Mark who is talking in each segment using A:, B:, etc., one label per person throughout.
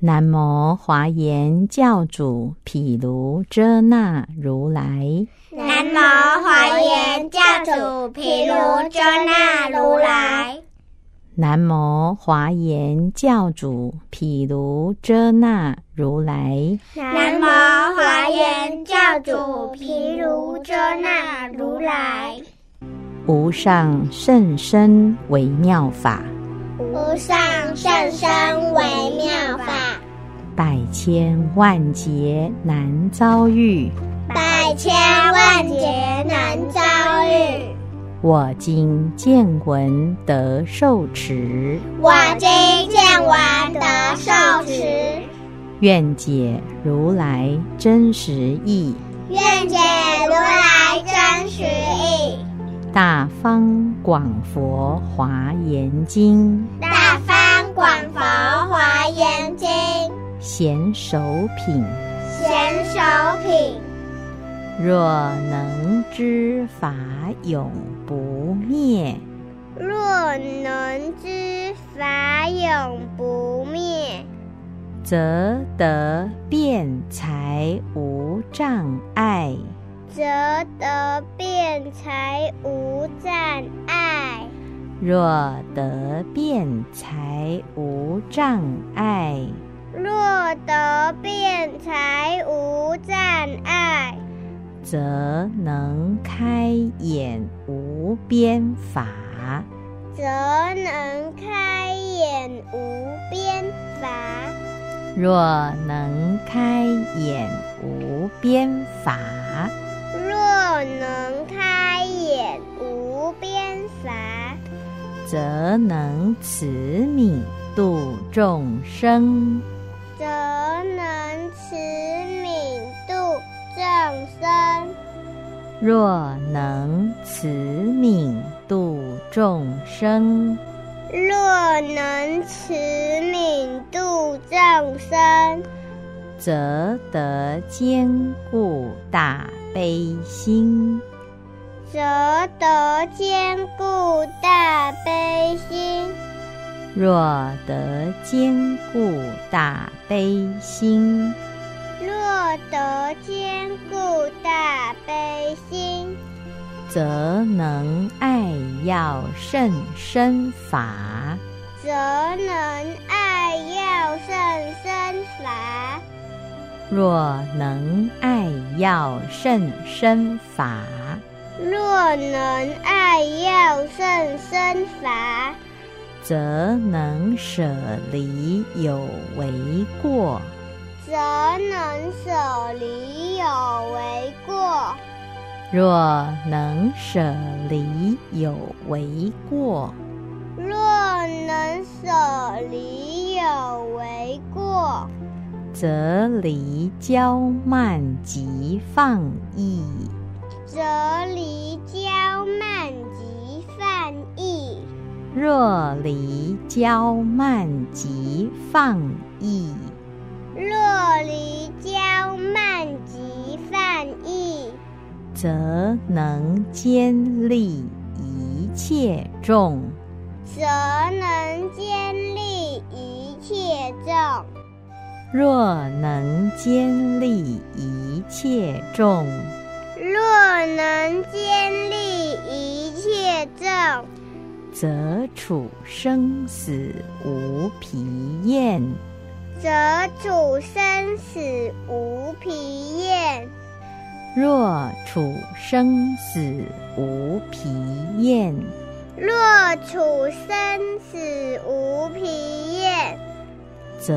A: 南无华严教主毗卢遮那如来。
B: 南无华严教主毗卢遮那如来。
A: 南无华严教主毗卢遮那如来。
B: 南无华严教主毗卢遮那如来。
A: 无上甚深微妙法，
B: 无上甚深微妙法，
A: 百千万劫难遭遇。
B: 百千万劫难遭遇。
A: 我今见闻得受持，
B: 我今见闻得受持，
A: 愿解如来真实义，
B: 愿解如来真实义。
A: 《大方广佛华严经》
B: 大方广佛华严经，
A: 贤首品，
B: 贤首品。
A: 若能知法永不灭，
B: 若能知法永不灭，
A: 则得辩才无障碍。
B: 则得辩才无障碍。
A: 若得辩才无障碍，
B: 若得辩才无障碍，
A: 则能开眼无边法。
B: 则能开眼无边法。
A: 若能开眼无边法，
B: 若能开眼无边法，
A: 则能慈悯度众生。
B: 则能慈悯度众生。
A: 若能慈悯度众生，
B: 若能慈悯度众生，
A: 则得坚固大悲心。
B: 则得坚固大悲心。
A: 若得坚固大悲心，
B: 若得坚固大悲心，
A: 则能爱要甚深法。
B: 则能爱要甚深法。
A: 若能爱要甚深法，
B: 若能爱要甚深法，
A: 则能舍离有为过，
B: 则能舍离有为过。
A: 若能舍离有为过，
B: 若能舍离有为过，
A: 则离骄慢及放逸。
B: 则离骄慢即犯意。
A: 若离骄慢及放逸，
B: 若离骄慢即犯意，
A: 则能坚立一切众，
B: 则能坚立一切众。
A: 若能坚立一切众，
B: 若能坚立一切众，
A: 则处生死无疲厌，
B: 则处生死无疲厌。
A: 若处生死无疲厌，
B: 若处生死无疲厌，
A: 则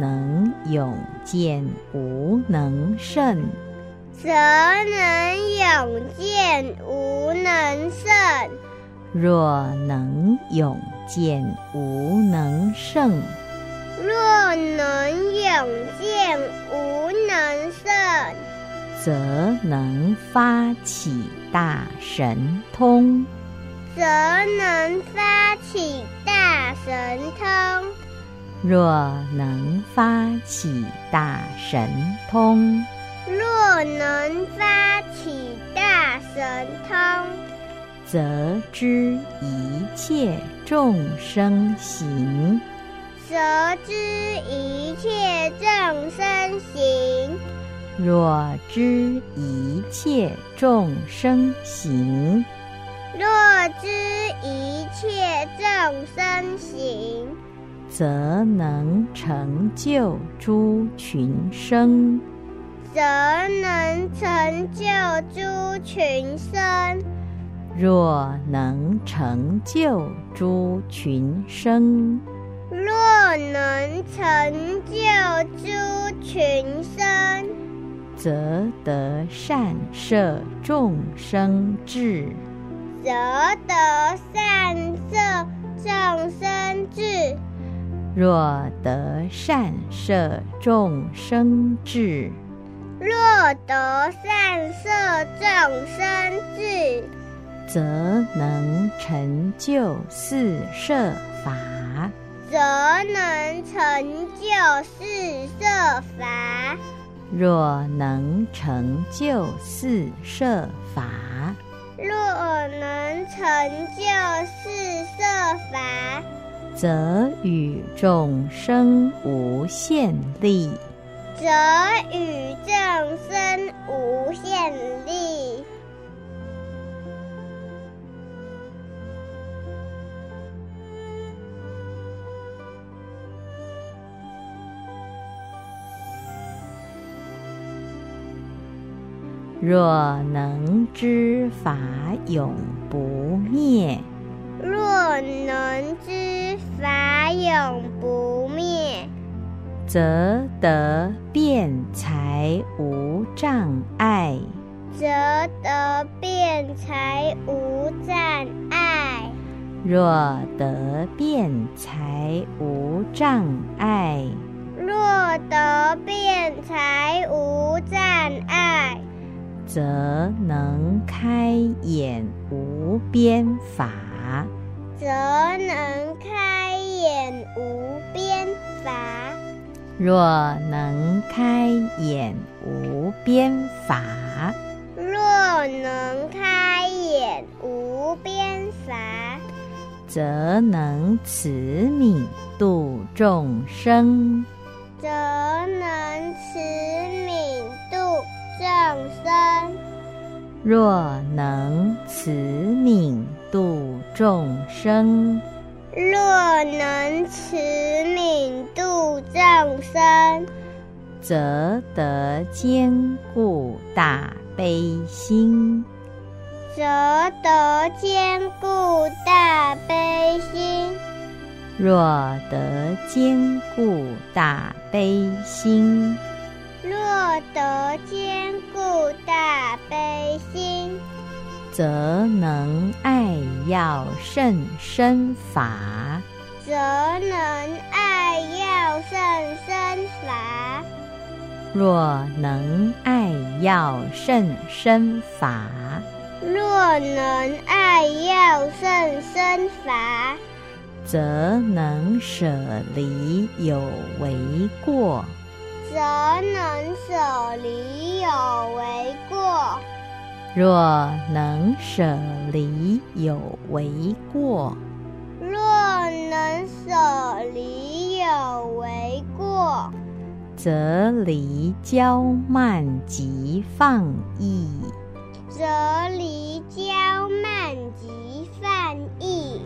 A: 能永见无能胜，
B: 则能永见无能胜。
A: 若能永见无能胜，
B: 若能永见无能胜，
A: 则能发起大神通。
B: 则能发起大神通。
A: 若能发起大神通，
B: 若能发起大神通，
A: 则知一切众生行。
B: 则知一切众生行。
A: 若知一切众生行，
B: 若知一切众生行，
A: 则能成就诸群生。
B: 则能成就诸群生。
A: 若能成就诸群生，
B: 若能成就诸群生，
A: 则得善摄众生智。
B: 则得善摄众生智。
A: 若得善摄众生智，
B: 若得善摄众生智，
A: 则能成就四摄法。
B: 则能成就四摄法。
A: 若能成就四摄法，
B: 若能成就四摄法，
A: 则与众生无限力。
B: 则与众生无限力。
A: 若能知法永不灭，
B: 若能知法永不灭，
A: 则得辩才无障碍。
B: 则得辩才无障碍。
A: 若得辩才无障碍，
B: 若得辩才无障碍，
A: 则能开眼无边法。
B: 则能开眼无边法。
A: 若能开眼无边法，
B: 若能开眼无边法，
A: 则能慈悯度众生。
B: 则能慈悯度众生。
A: 若能慈悯度众生，
B: 若能慈悯度众生，
A: 则得坚固大悲心。
B: 则得坚固大悲心。
A: 若得坚固大悲心，
B: 若得坚固大悲心，
A: 则能爱要甚深法。
B: 则能爱要甚深法。
A: 若能爱要甚深法，
B: 若能爱要甚深法，
A: 则能舍离有为过，
B: 则能舍离有为过。
A: 若能舍离有为过，
B: 若能舍离有为过，
A: 则离骄慢及放逸。
B: 则离骄慢即犯意。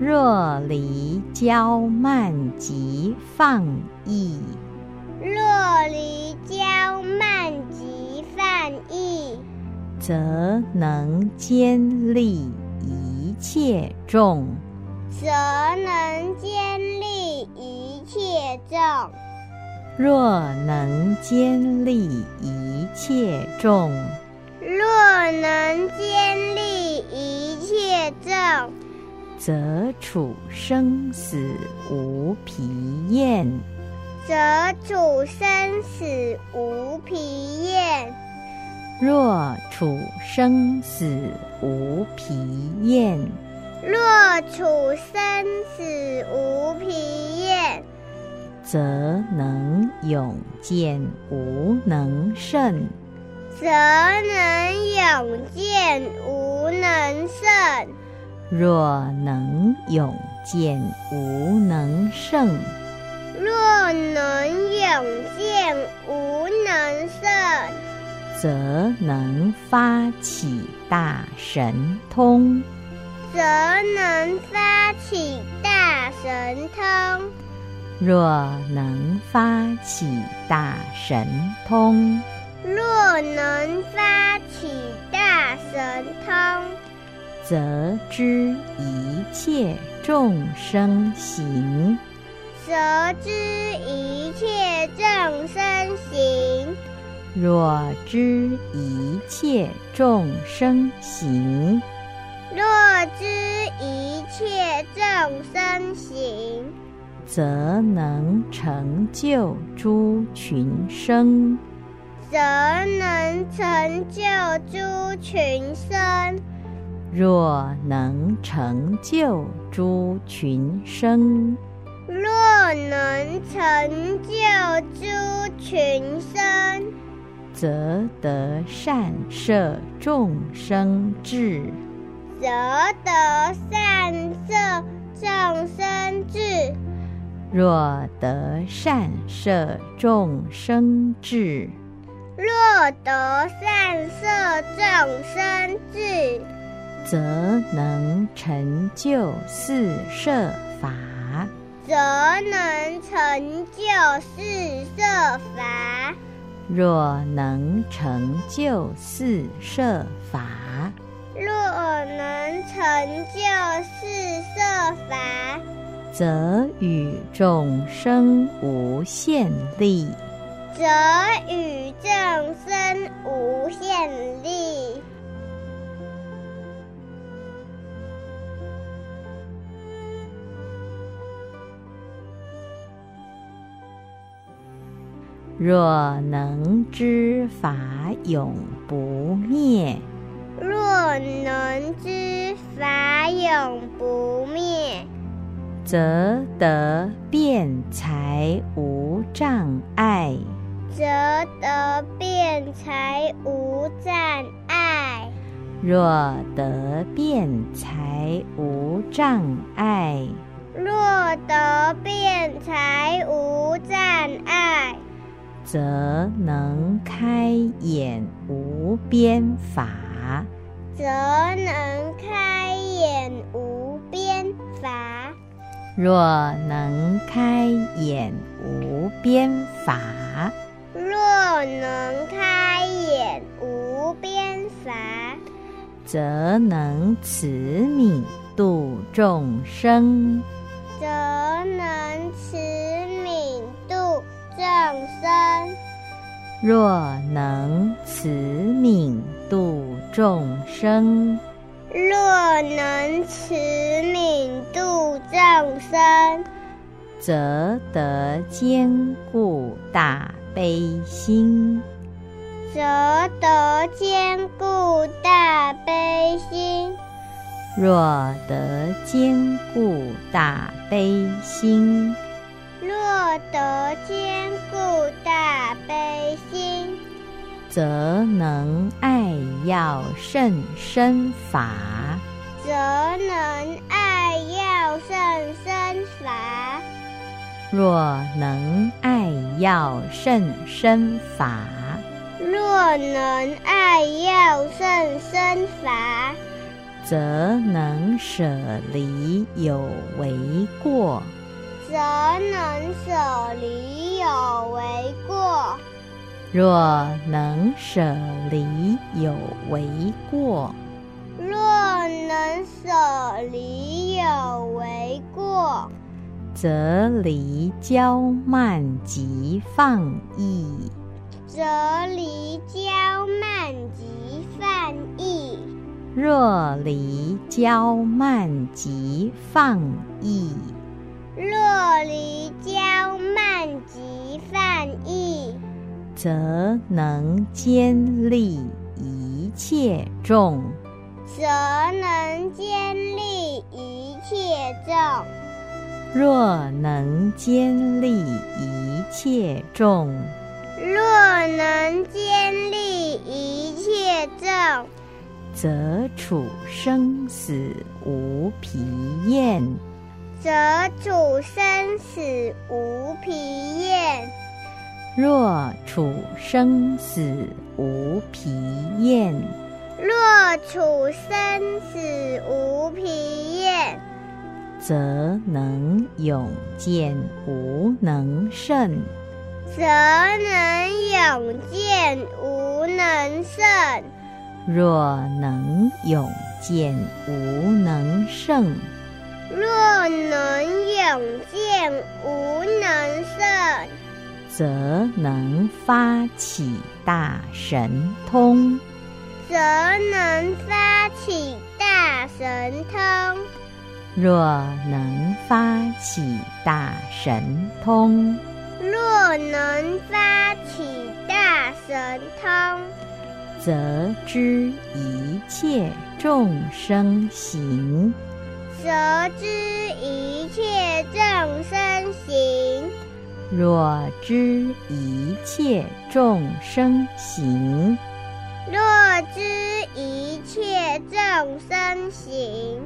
A: 若离骄慢及放逸，
B: 若离骄慢即犯意，
A: 则能坚立一切众。
B: 则能坚立一切众。
A: 若能坚立一切众，
B: 若能坚立一切众，
A: 则处生死无疲厌。
B: 则处生死无疲厌。
A: 若处生死无疲厌，
B: 若处生死无疲厌，
A: 则能永见无能胜。
B: 则能永见无能胜。
A: 若能永见无能胜，
B: 若能永见无能胜，
A: 则能发起大神通。
B: 则能发起大神通。
A: 若能发起大神通，
B: 若能发起大神通，
A: 则知一切众生行，
B: 则知一切众生行。
A: 若知一切众生行，
B: 若知一切众生行，
A: 则能成就诸群生。
B: 则能成就诸群生。
A: 若能成就诸群生，
B: 若能成就诸群生，
A: 则得善摄众生智。
B: 则得善摄众生智。
A: 若得善摄众生智，
B: 若得善摄众生智，
A: 则能成就四摄法。
B: 则能成就四摄法。
A: 若能成就四摄法，
B: 若能成就四摄法，
A: 则与众生无限力。
B: 则与众生无限力。
A: 若能知法永不灭，
B: 若能知法永不灭，
A: 则得辩才无障碍。
B: 则得辩才无障碍。
A: 若得辩才无障碍，
B: 若得辩才无障碍，
A: 则能开眼无边法。
B: 则能开眼无边法。
A: 若能开眼无边法，
B: 若能开眼无边法，
A: 则能慈悯度众生。
B: 则能慈悯度众生。
A: 若能慈悯度众生，
B: 若能慈悯度众生，
A: 则得坚固大悲心。
B: 则得坚固大悲心。
A: 若得坚固大悲心，
B: 若得坚固大悲心，
A: 则能爱要甚深法。
B: 则能爱要甚深法。
A: 若能爱要甚深法，
B: 若能爱要甚深法，
A: 则能舍离有为过，
B: 则能舍离有为过。
A: 若能舍离有为过，
B: 若能舍离有为过，
A: 则离骄慢及放逸。
B: 则离骄慢即犯意。
A: 若离骄慢及放逸，
B: 若离骄慢即犯意，
A: 则能坚立切众，
B: 蛇能兼利一切众，
A: 若能兼利一切众，
B: 若能兼利一切众，
A: 则处生死无疲厌。
B: 则主生死无疲厌。
A: 若处生死无疲厌，
B: 若处生死无疲厌，
A: 则能永见无能胜。
B: 则能永见无能胜。
A: 若能永见无能胜，
B: 若能永见无能胜，
A: 则能发起大神通。
B: 则能发起大神通。
A: 若能发起大神通，
B: 若能发起大神通，
A: 则知一切众生行，
B: 则知一切众生行。
A: 若知一切众生行，
B: 若知一切众生行，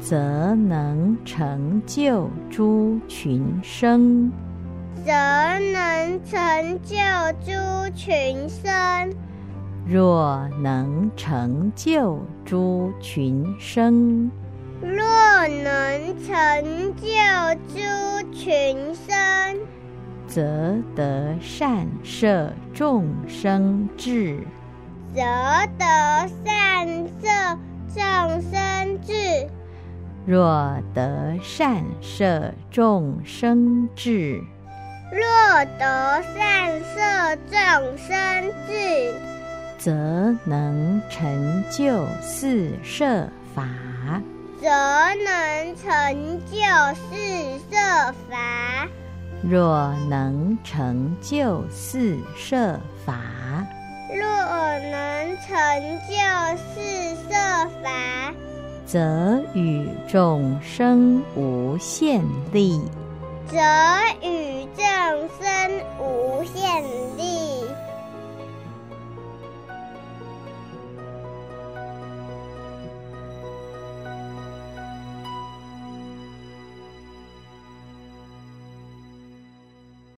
A: 则能成就诸群生，
B: 则能成就诸群生。
A: 若能成就诸群生，
B: 若能成就诸群生，
A: 则得善摄众生智，
B: 则得善摄众生智。
A: 若得善摄众生智，
B: 若得善摄众生智，
A: 则能成就四摄法。
B: 则能成就四摄法。
A: 若能成就四摄法，
B: 若能成就四摄法，
A: 则与众生无限力。
B: 则与众生无